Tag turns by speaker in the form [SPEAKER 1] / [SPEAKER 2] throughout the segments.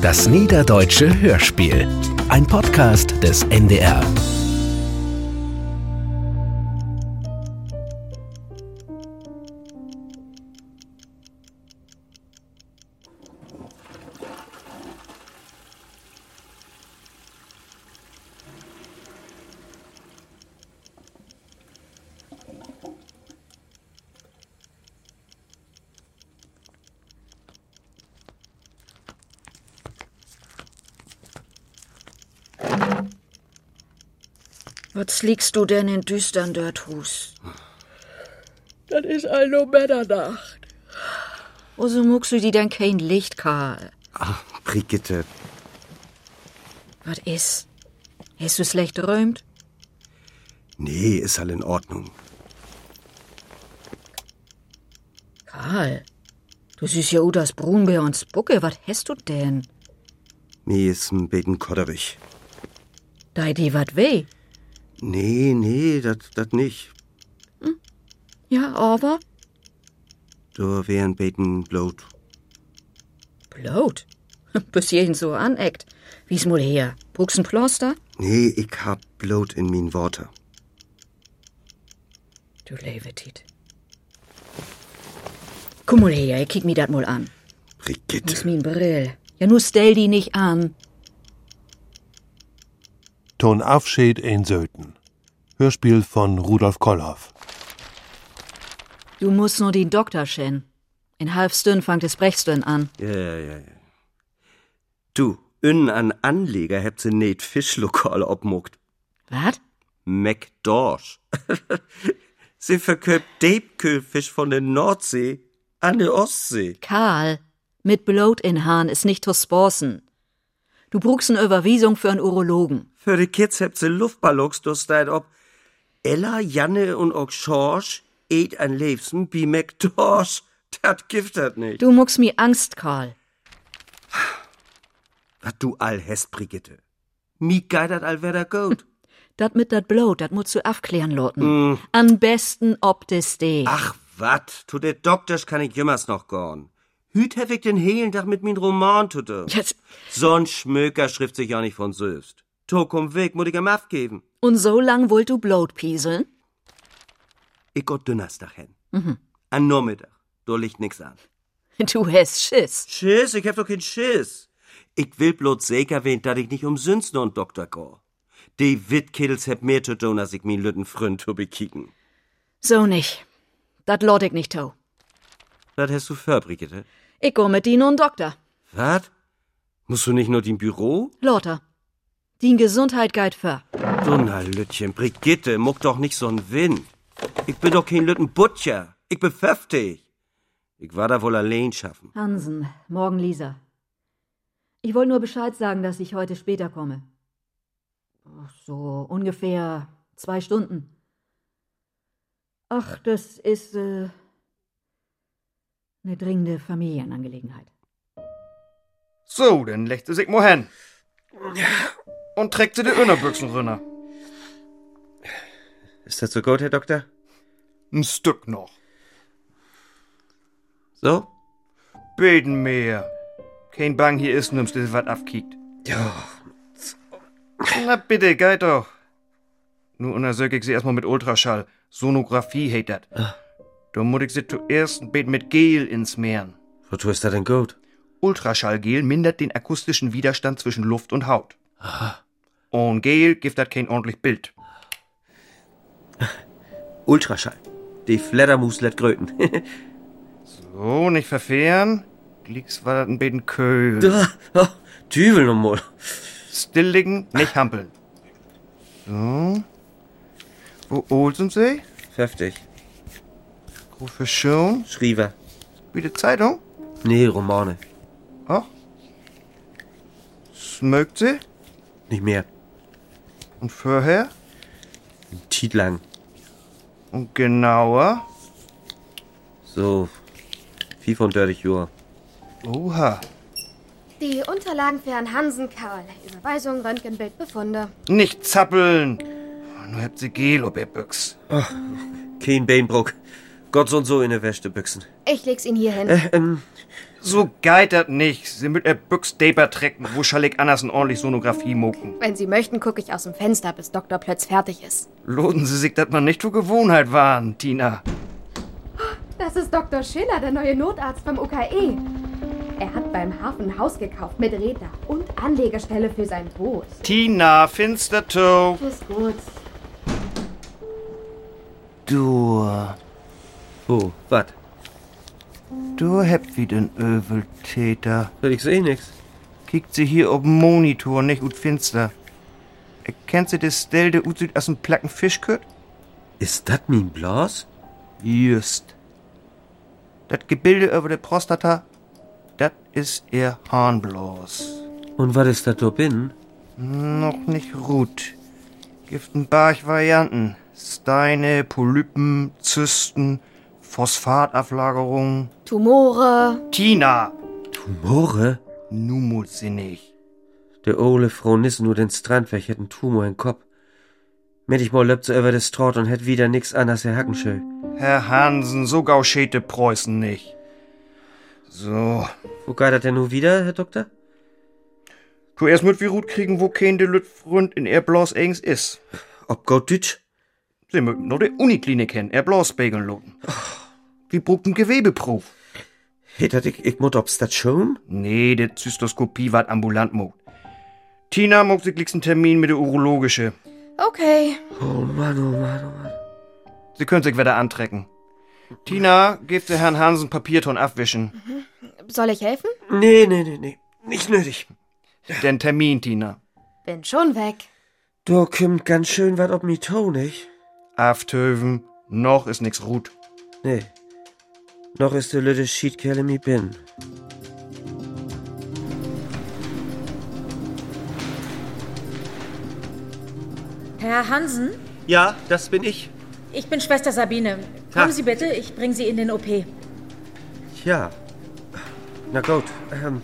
[SPEAKER 1] Das Niederdeutsche Hörspiel. Ein Podcast des NDR.
[SPEAKER 2] Was liegst du denn in düstern Dörthus?
[SPEAKER 3] Das ist eine Männernacht.
[SPEAKER 2] Wieso muckst du dir denn kein Licht, Karl?
[SPEAKER 4] Ach, Brigitte,
[SPEAKER 2] Was ist? Hast du schlecht träumt?
[SPEAKER 4] nee, ist all in Ordnung.
[SPEAKER 2] Karl, du siehst ja Udas Brunbär und Spucke, was hast du denn?
[SPEAKER 4] Mir ist ein bisschen kodderig.
[SPEAKER 2] Da die wat weh.
[SPEAKER 4] Nee, nee, das nicht.
[SPEAKER 2] Ja, aber?
[SPEAKER 4] Du wär ein bisschen blöd.
[SPEAKER 2] Blöd. Bis jeden so aneckt. Wie's mul her? Brugst ein Pflaster?
[SPEAKER 4] Nee, ich hab blöd in min Worte.
[SPEAKER 2] Du Levetit. Komm mul her, ich kick mir dat mul an. Das ist
[SPEAKER 4] Brigitte.
[SPEAKER 2] min Brill. Ja, nur stell die nicht an.
[SPEAKER 5] Ton Afschied in Söten. Hörspiel von Rudolf Kollhoff.
[SPEAKER 2] Du musst nur den Doktor schen. In halb Stünn fangt es Brechstünn an.
[SPEAKER 4] Ja, ja, ja, ja. Du, innen an Anleger hebt sie net Fischlokal obmuckt.
[SPEAKER 2] Wat?
[SPEAKER 4] McDorsch. sie verköpt Debkühlfisch von der Nordsee an der Ostsee.
[SPEAKER 2] Karl, mit Blut in Hahn ist nicht zu sporsen. Du brugst eine Überwiesung für einen Urologen.
[SPEAKER 4] Für die Kids habt sie Luftballons durchsteit ob Ella, Janne und auch Schorsch et an liebsten bi McDorsch. Hm, Dat giftet nicht.
[SPEAKER 2] Du muckst mir Angst, Karl.
[SPEAKER 4] Was du all hast, Brigitte. Mi geidert all werder gut.
[SPEAKER 2] Dat mit dat Blut, dat musst du aufklären, Lotten. Am besten ob des de.
[SPEAKER 4] Ach, wat? Tu der Doktors kann ich jümmers noch gorn. Hüt hab ich den hehlen Tag mit min Roman tute.
[SPEAKER 2] Jetzt,
[SPEAKER 4] So'n Schmöker schrift sich ja nicht von selbst. Tokum weg, muss ich am geben.
[SPEAKER 2] und so lang wollt du Blut pieseln?
[SPEAKER 4] Ich gott Dünnerstag hin. An Nachmittag. Da liegt nix an.
[SPEAKER 2] Du hast Schiss.
[SPEAKER 4] Schiss, ich hab doch keinen Schiss. Ich will bloß sicher wen, dass ich nicht umsünst und Doktor go. Die Wittkiddels hab mehr zu tun, als ich mir lütten Freund zu bekicken.
[SPEAKER 2] So nicht. Dat lot ich nicht tau.
[SPEAKER 4] Das hast du für, Brigitte.
[SPEAKER 2] Ich go mit din und Doktor.
[SPEAKER 4] Was? Musst du nicht nur dem Büro?
[SPEAKER 2] Lotter. Din Gesundheit geit für.
[SPEAKER 4] Donnerlütchen, Brigitte, muck doch nicht so'n Wind. Ich bin doch kein lütten Butcher. Ich bin 50. Ich war da wohl allein schaffen.
[SPEAKER 2] Hansen, morgen Lisa. Ich wollte nur Bescheid sagen, dass ich heute später komme. Ach, So ungefähr zwei Stunden. Ach, das ist äh, eine dringende Familienangelegenheit.
[SPEAKER 6] So, dann legte sich mal hin. Und trägte die Innerbüchsen runter.
[SPEAKER 4] Ist das so gut, Herr Doktor?
[SPEAKER 6] Ein Stück noch.
[SPEAKER 4] So?
[SPEAKER 6] Beten mehr. Kein Bang hier ist, nimmst du was abkickt.
[SPEAKER 4] Ja.
[SPEAKER 6] Na bitte, geht doch. Nur untersöck ich sie erstmal mit Ultraschall. Sonographie heet dat. Da muss ich sie zuerst ein Bett mit Gel ins Meeren.
[SPEAKER 4] Wozu ist das denn gut?
[SPEAKER 6] Ultraschallgel mindert den akustischen Widerstand zwischen Luft und Haut. Und Gel gibt dat kein ordentlich Bild.
[SPEAKER 4] Ultraschall. Die Fledermaus lädt gröten.
[SPEAKER 6] So, nicht verfehren. Glicks war dat ein Beten Köhl.
[SPEAKER 4] Ah, ah, Dübel nochmal.
[SPEAKER 6] Still liegen, nicht hampeln. So. Wo Olsen sie?
[SPEAKER 4] Heftig.
[SPEAKER 6] Rufe schon.
[SPEAKER 4] Schriever.
[SPEAKER 6] Wieder Zeitung?
[SPEAKER 4] Nee, Romane.
[SPEAKER 6] Ach. Smögt sie?
[SPEAKER 4] Nicht mehr.
[SPEAKER 6] Und vorher?
[SPEAKER 4] Ein Tiet lang.
[SPEAKER 6] Und genauer?
[SPEAKER 4] So. 35 Uhr.
[SPEAKER 6] Oha.
[SPEAKER 7] Die Unterlagen für Herrn Hansen, Karl. Überweisung, Röntgenbild, Befunde.
[SPEAKER 6] Nicht Ah, zappeln! Nur habt sie Gel, ob ihr Büchs.
[SPEAKER 4] Kein Beinbruck. Gott so und so in der Wäsche büchsen.
[SPEAKER 7] Ich leg's Ihnen hier hin.
[SPEAKER 8] Äh.
[SPEAKER 6] So geitert nicht. Sie mit der Büchsdeber trecken, wo Schalek Andersen ordentlich Sonographie mucken.
[SPEAKER 7] Wenn Sie möchten, gucke ich aus dem Fenster, bis Dr. Plötz fertig ist.
[SPEAKER 6] Loten Sie sich, dass man nicht für Gewohnheit waren, Tina.
[SPEAKER 7] Das ist Dr. Schiller, der neue Notarzt beim UKE. E. Er hat beim Hafen ein Haus gekauft mit Räder und Anlegestelle für sein Boot.
[SPEAKER 6] Tina, Finstertoe.
[SPEAKER 7] Ist gut.
[SPEAKER 6] Du,
[SPEAKER 4] Wo? Was?
[SPEAKER 6] du habt wie den Öveltäter.
[SPEAKER 4] Ich sehe nix.
[SPEAKER 6] Kickt sie hier auf den Monitor, nicht gut finster. Erkennt sie das Stell, der ut aus dem Placken Fisch kört?
[SPEAKER 4] Ist das mein Blas?
[SPEAKER 6] Just. Das Gebilde über der Prostata, das ist ihr Harnblos.
[SPEAKER 4] Und was ist das da bin?
[SPEAKER 6] Noch nicht ruht. Giften Barch-Varianten. Steine, Polypen, Zysten, Phosphatablagerung.
[SPEAKER 7] Tumore.
[SPEAKER 6] Tina!
[SPEAKER 4] Tumore?
[SPEAKER 6] Numutsinnig.
[SPEAKER 4] Der ole Frau Niss nur den Strandweg hätt einen Tumor im Kopf. Mit ich mal löpt so über das Trott und hätt wieder nix anders her Hackenschö.
[SPEAKER 6] Herr Hansen, so gauschete Preußen nicht. So.
[SPEAKER 4] Wo geht das denn nun wieder, Herr Doktor?
[SPEAKER 6] Du erst mit wie Rut kriegen, wo kein de Lüt Fründ in er bloß engs is.
[SPEAKER 4] Ob Gott Dütsch?
[SPEAKER 6] Sie mögen nur der Uniklinik hin, er bloß begeln loten. Die brugt einen Gewebeproof.
[SPEAKER 4] Hey, dat ich, ich mut ob's dat schon?
[SPEAKER 6] Nee, de Zystoskopie wart ambulant mogt. Tina mogt sich glicks einen Termin mit der Urologische.
[SPEAKER 7] Okay.
[SPEAKER 4] Oh Mann, oh Mann, oh Mann.
[SPEAKER 6] Sie können sich wieder antrecken. Tina, gebt der Herrn Hansen Papierton abwischen.
[SPEAKER 7] Soll ich helfen?
[SPEAKER 4] Nee, nee, nee, nee. Nicht nötig.
[SPEAKER 6] Den Termin, Tina.
[SPEAKER 7] Bin schon weg.
[SPEAKER 4] Da kümmt ganz schön wat ob mi Toe, nicht?
[SPEAKER 6] Aftöven, noch ist nix ruht.
[SPEAKER 4] Nee. Noch ist der lütte Schiedkerle mi bin.
[SPEAKER 9] Herr Hansen,
[SPEAKER 4] Ja, das bin ich.
[SPEAKER 9] ich bin Schwester Sabine.
[SPEAKER 4] Ha.
[SPEAKER 9] Kommen Sie bitte, ich bringe Sie in den OP.
[SPEAKER 4] Tja. Na gut. Ähm,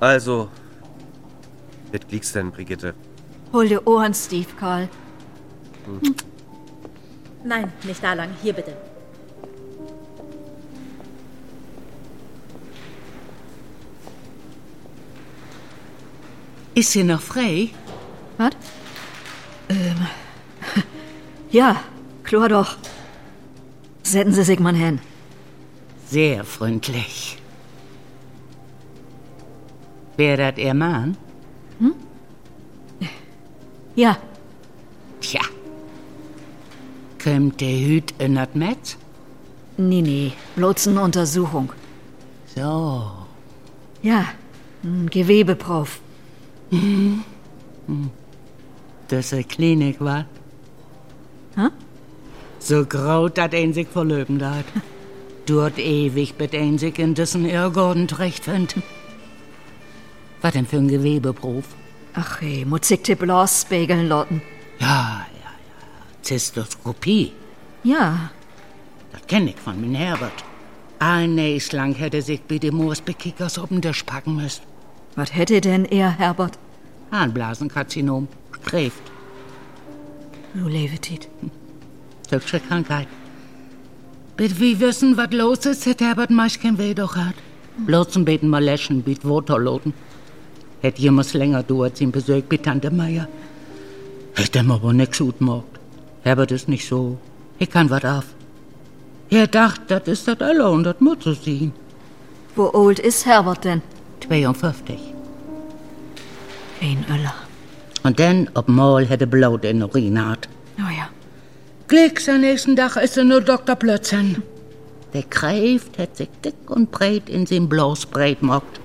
[SPEAKER 4] also. Mit liegst denn, Brigitte?
[SPEAKER 2] Hol dir Ohren, Steve, Karl.
[SPEAKER 9] Nein, nicht da lang. Hier bitte.
[SPEAKER 10] Ist hier noch frei?
[SPEAKER 2] Was? Ähm. Ja, klar doch. Setzen Sie sich mal hin.
[SPEAKER 10] Sehr freundlich. Wer dat Ihr Mann?
[SPEAKER 2] Ja,
[SPEAKER 10] Tja. Kömmt der Hüt in dat Met?
[SPEAKER 2] nee, nee, bloß eine Untersuchung.
[SPEAKER 10] So.
[SPEAKER 2] Ja, ein Gewebeprof.
[SPEAKER 10] Das ist Klinik, wa?
[SPEAKER 2] Hä?
[SPEAKER 10] So graut dat ein sich verlöben dat. Dort ewig bet ein sich in dessen Irrgarten zurechtfind. Was denn für ein Gewebeprof?
[SPEAKER 2] Ach, hey, muss ich die Blas spiegeln lassen.
[SPEAKER 10] Ja, ja, ja. Zystoskopie.
[SPEAKER 2] Ja,
[SPEAKER 10] Das kenne ich von min Herbert. Ein Näs lang hätte sich bitte Moos Bekickers oben Tisch packen müssen.
[SPEAKER 2] was hätte denn er, Herbert?
[SPEAKER 10] Harnblasenkarzinom, Kräft,
[SPEAKER 2] Du Levetit.
[SPEAKER 10] hübsche Krankheit. Bit wie wissen, was los ist, hätte Herbert meist kein Weh doch hat. Blotzen beten mal läschen, bit Woterloten. Hätt jemals länger dauert, sin Besuch bei Tante Meier. Hätt dem aber nix gut gemacht. Herbert ist nicht so. Ich kann wat af. Er dacht, dat ist dat alle und dat muss so sein.
[SPEAKER 2] Wo old ist Herbert denn?
[SPEAKER 10] 52.
[SPEAKER 2] Ein Öller.
[SPEAKER 10] Und dann, ob Maul hätte Blut in den Urin hat.
[SPEAKER 2] Oh ja.
[SPEAKER 10] Klicks, am nächsten Tag ist er nur Dr. Plötzen. Der Kräft hat sich dick und breit in sein Blaus breit mockt.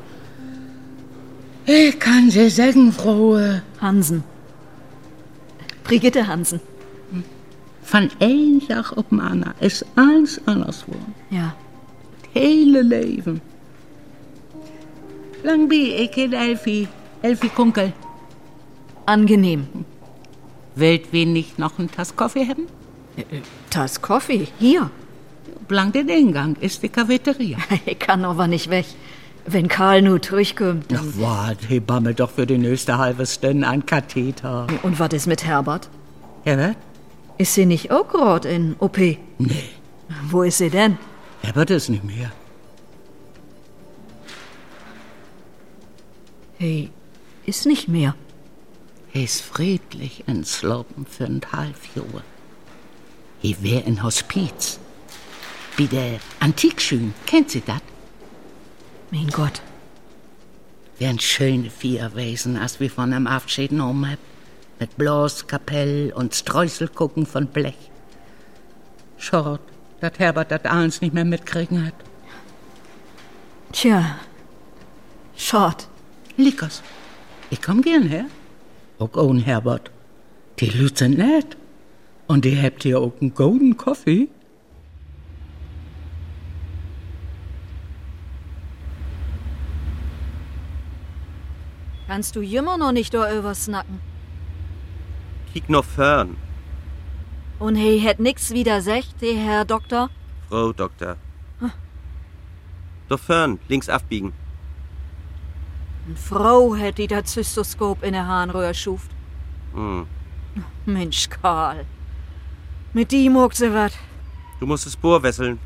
[SPEAKER 10] Ich kann sie sagen, Frohe,
[SPEAKER 2] Hansen. Brigitte Hansen.
[SPEAKER 10] von einem Tag auf den anderen ist alles anders geworden.
[SPEAKER 2] Ja.
[SPEAKER 10] hele Leben. Lang bi, ich kenn Elfi, Elfi Kunkel.
[SPEAKER 2] Angenehm.
[SPEAKER 10] Wollt wir nicht noch einen Tass Kaffee haben?
[SPEAKER 2] Das Kaffee. Hier.
[SPEAKER 10] Blank den Eingang ist die Cafeteria.
[SPEAKER 2] Ich kann aber nicht weg. Wenn Karl nur durchkommt.
[SPEAKER 10] Ach, wart, Hebamme doch für die nächste halbe Stunde ein Katheter.
[SPEAKER 2] Und was ist mit Herbert?
[SPEAKER 10] Ja, was?
[SPEAKER 2] Ist sie nicht auch gerade in OP?
[SPEAKER 10] Nee.
[SPEAKER 2] Wo ist sie denn?
[SPEAKER 10] Er wird es nicht mehr.
[SPEAKER 2] Hey, ist nicht mehr.
[SPEAKER 10] Er ist friedlich entlaufen für ein halb Jahr. Er wär in Hospiz. Wie der Antikschön, kennt Sie das?
[SPEAKER 2] Mein Gott.
[SPEAKER 10] Wären schöne Vier gewesen, als wir von einem Abschied genommen haben. Mit bloß Kapell und Streuselgucken von Blech. Schade, dass Herbert das alles nicht mehr mitkriegen hat.
[SPEAKER 2] Tja. Schad.
[SPEAKER 10] Likos, ich komm gern her. Auch ohne Herbert. Die Leute sind nett. Und ihr habt hier auch einen golden Kaffee.
[SPEAKER 2] Kannst du immer noch nicht da über snacken?
[SPEAKER 4] Kiek noch fern,
[SPEAKER 2] Und he hätt nix wieder secht, he Herr Doktor?
[SPEAKER 4] Frau Doktor. Doch fern, links abbiegen.
[SPEAKER 2] Und Frau hätt die das Zystoskop in der Hahnröhr schuft.
[SPEAKER 4] Hm.
[SPEAKER 2] Mensch, Karl. Mit die mogt se wat.
[SPEAKER 4] Du musst das Bohr wesseln.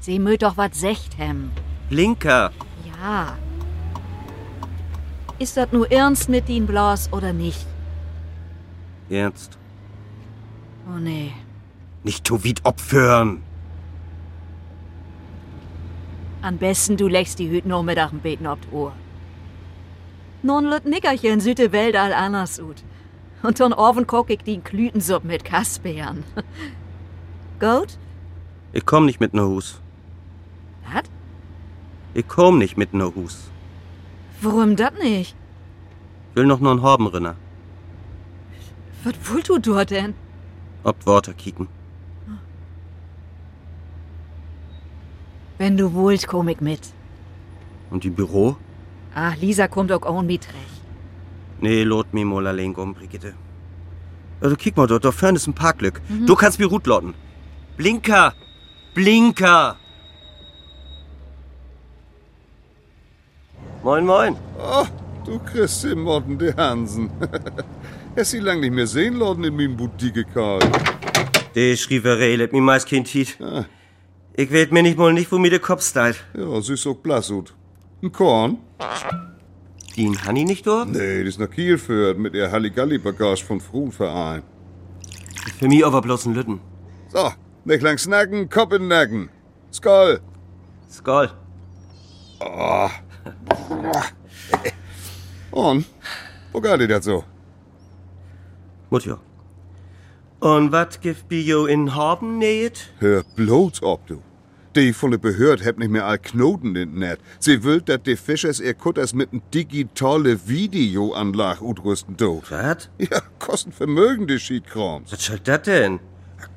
[SPEAKER 2] Sie mögt doch wat secht, hem.
[SPEAKER 4] Blinker.
[SPEAKER 2] Ja. Ist das nur ernst mit den Blas oder nicht?
[SPEAKER 4] Ernst.
[SPEAKER 2] Oh nee.
[SPEAKER 4] Nicht Tovit opfern.
[SPEAKER 2] Am besten du lächst die Hüt nachmittag im Beten ob Uhr. Nun lüt Nickerchen süde Welt all anders ut. Und dann offen kock ich den Klütensupp mit Kaspeeren. Gut?
[SPEAKER 4] Ich komm nicht mit no Hus.
[SPEAKER 2] Wat?
[SPEAKER 4] Ich komm nicht mit no Hus.
[SPEAKER 2] Warum dat nicht?
[SPEAKER 4] Will noch nen Horbenrinner.
[SPEAKER 2] Wat wollt du dort denn?
[SPEAKER 4] Ob Worte kicken.
[SPEAKER 2] Wenn du wollt, komm ich mit.
[SPEAKER 4] Und die Büro?
[SPEAKER 2] Ah, Lisa kommt auch own mit recht.
[SPEAKER 4] Nee, lot mi mol allein gom, Brigitte. Also kick mal dort, da fern ist ein Parklück. Du kannst mir gut lotten. Blinker! Blinker! Moin, moin.
[SPEAKER 8] Du Christi Morten de Hansen. Es sie lang nicht mehr sehen, Lorden, in meinem Boutique, Karl.
[SPEAKER 4] De Schrieverei let mi meist kein Tiet. Ich weet mir nicht mal nicht, wo mir de Kopf steit.
[SPEAKER 8] Ah. Ja, sie ist auch blass ut. Ein Korn?
[SPEAKER 4] Den Hanni nicht dort?
[SPEAKER 8] Nee, die ist nach Kiel führt mit ihr Halligalli-Bagage vom Fruenverein.
[SPEAKER 4] Für mi aber bloß ein Lütten.
[SPEAKER 8] So, nicht lang snacken, Kopf in den Nacken. Skoll!
[SPEAKER 4] Skoll.
[SPEAKER 8] Ah. Und? Wo geht die das so?
[SPEAKER 4] Mutjo. Und wat gibt Bio in Horben näht?
[SPEAKER 8] Hör bloß ob, du. Die volle Behörd hebt nicht mehr all Knoten in den Net. Sie will, dass die Fischers ihr Kutters mit einem digitale Videoanlage utrüsten tut.
[SPEAKER 4] Wat?
[SPEAKER 8] Ja, kosten Vermögen, die Schiedkrams.
[SPEAKER 4] Was soll dat denn?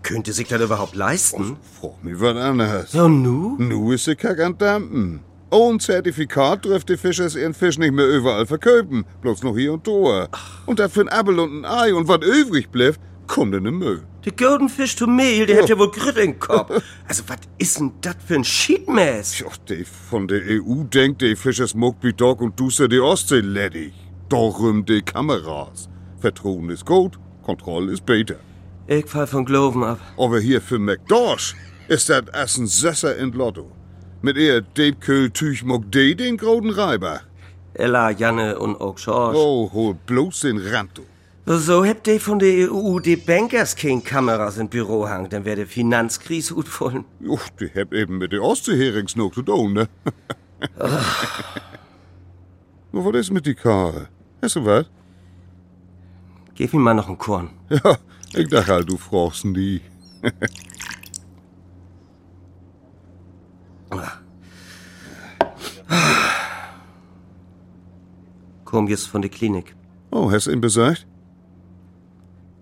[SPEAKER 4] Könnte sich das überhaupt leisten?
[SPEAKER 8] Frag mich was Hm. anderes.
[SPEAKER 4] So nu?
[SPEAKER 8] Nu ist sie kack an Dampen. Ohne Zertifikat dürft die Fischers ihren Fisch nicht mehr überall verköpen. hm, Bloß noch hier und da. Und das für ein Appel und ein Ei und was übrig bleibt, kommt in den Müll.
[SPEAKER 4] Der Golden Fish to Mehl, der hat ja wohl Grit im Kopf. Also, was ist denn das für ein Schiedmess?
[SPEAKER 8] Tja, die von der EU denkt, die Fischers muckt wie Dog und Duster die Ostsee ledig. Darum die Kameras. Vertrauen ist gut, Kontrolle ist besser.
[SPEAKER 4] Ich fall von Gloven ab.
[SPEAKER 8] Aber Oh, hier für McDorsch ist das Essen Sesser in Lotto. Mit ihr Debköhl Tüchmuck D den Groden Reiber.
[SPEAKER 4] Ella, Janne und auch Schorsch.
[SPEAKER 8] Oh, hol bloß den Rand, du.
[SPEAKER 4] So hebt die von der EU die Bankers King Kameras im Büro hang, dann wär der Finanzkrise gut voll.
[SPEAKER 8] Juch, die hab eben mit der Ostseehering noch zu tun, ne? Nur was ist mit die Karl? Hast du was?
[SPEAKER 4] Gib ihm mal noch einen Korn.
[SPEAKER 8] Ja, ich dachte halt, du fragst nie.
[SPEAKER 4] Komm jetzt von der Klinik.
[SPEAKER 8] Oh, hast du ihm besagt?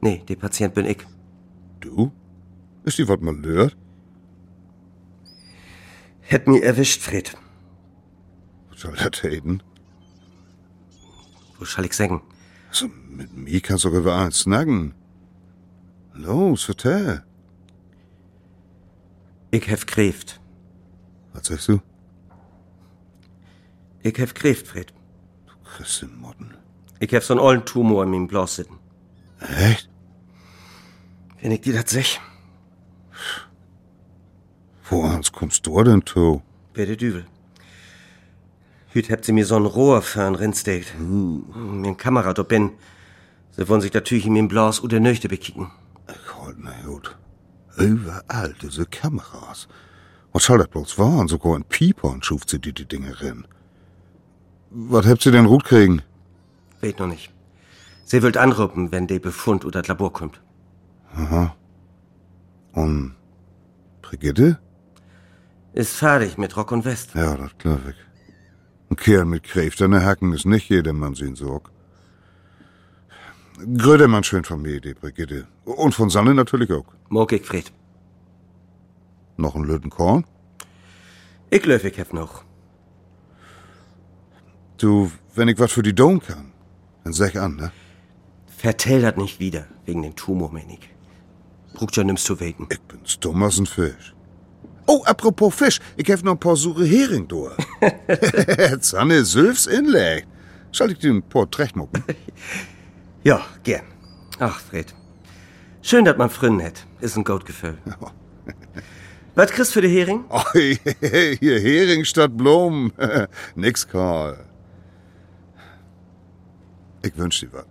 [SPEAKER 4] Nee, der Patient bin ich.
[SPEAKER 8] Du? Ist die was malört?
[SPEAKER 4] Hätt mir erwischt, Fred.
[SPEAKER 8] Was soll das reden?
[SPEAKER 4] Wo soll ich sagen?
[SPEAKER 8] Also, mit mir kannst du über eins snacken. Los, vertell.
[SPEAKER 4] Ich hef Kräft.
[SPEAKER 8] Was sagst du?
[SPEAKER 4] Ich hef Kräft, Fred.
[SPEAKER 8] Christin Motten.
[SPEAKER 4] Ich hef so'n ollen Tumor in meinem Blas sitten.
[SPEAKER 8] Echt?
[SPEAKER 4] Wenn ich dir das sag.
[SPEAKER 8] Woans kommst du denn to?
[SPEAKER 4] Bitte Düvel. Hüt habt sie mir so'n Rohr fern rinstelt. Hm. Mir Kamera do bin. Sie wollen sich natürlich in mir Blas oder Nöchte bekicken.
[SPEAKER 8] Gott, na gut. Überall diese Kameras. Was soll das bloß waren? Sogar ein Piepern schuft sie die, die Dinge rein. Was habt sie denn gut kriegen?
[SPEAKER 4] Weht noch nicht. Sie wollt anruppen, wenn de Befund oder das Labor kommt.
[SPEAKER 8] Aha. Und Brigitte?
[SPEAKER 4] Ist fertig mit Rock und West.
[SPEAKER 8] Ja, das glaub ich. Ein Kerl mit Kräften an der Hacken ist nicht jedermanns Sorg. Grödemann schön von mir, die Brigitte. Und von Sanne natürlich auch.
[SPEAKER 4] Morg ich Fred.
[SPEAKER 8] Noch ein Lötenkorn?
[SPEAKER 4] Ich löf ich hab noch.
[SPEAKER 8] Du, wenn ich was für die Don kann, dann sag an, ne?
[SPEAKER 4] Vertell dat nicht wieder, wegen dem Tumor, Menig. Brugt ja nimmst du wegen.
[SPEAKER 8] Ich bin's dumm als ein Fisch. Oh, apropos Fisch, ich hab noch ein paar sure Hering durch. Sanne Sülfs Inlay. Schall ich dir ein paar Trechtmucken?
[SPEAKER 4] Ja, gern. Ach, Fred. Schön, dass man Fründen hat. Ist ein Goldgefühl. Was kriegst für den Hering?
[SPEAKER 8] Oh, hier Hering statt Blumen. Nix, Karl. Ich wünsch dir was.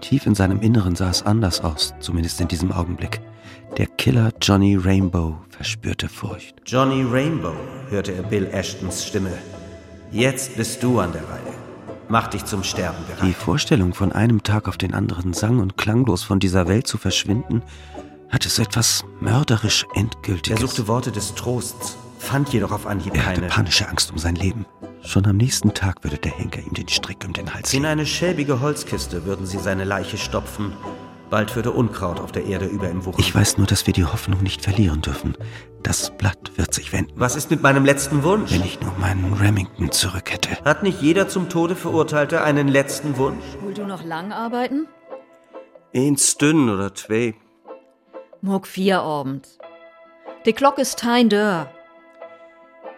[SPEAKER 11] Tief in seinem Inneren sah es anders aus, zumindest in diesem Augenblick. Der Killer Johnny Rainbow verspürte Furcht.
[SPEAKER 4] Johnny Rainbow, hörte er Bill Ashtons Stimme. Jetzt bist du an der Reihe. Mach dich zum Sterben
[SPEAKER 11] Die Vorstellung, von einem Tag auf den anderen sang- und klanglos von dieser Welt zu verschwinden, hatte es etwas mörderisch
[SPEAKER 4] Er
[SPEAKER 11] Endgültiges.
[SPEAKER 4] suchte Worte des Trosts, fand jedoch auf Anhieb
[SPEAKER 11] Er hatte
[SPEAKER 4] keine.
[SPEAKER 11] panische Angst um sein Leben. Schon am nächsten Tag würde der Henker ihm den Strick um den Hals
[SPEAKER 4] In eine schäbige Holzkiste würden sie seine Leiche stopfen. Bald würde Unkraut auf der Erde über ihm wuchern.
[SPEAKER 11] Ich weiß nur, dass wir die Hoffnung nicht verlieren dürfen. Das Blatt wird sich wenden.
[SPEAKER 4] Was ist mit meinem letzten Wunsch?
[SPEAKER 11] Wenn ich nur meinen Remington zurück hätte.
[SPEAKER 4] Hat nicht jeder zum Tode Verurteilte einen letzten Wunsch?
[SPEAKER 2] Wollt du noch lang arbeiten?
[SPEAKER 4] Eins dünn oder zwei.
[SPEAKER 2] Morg vier Abend. Die Glock ist tein dörr.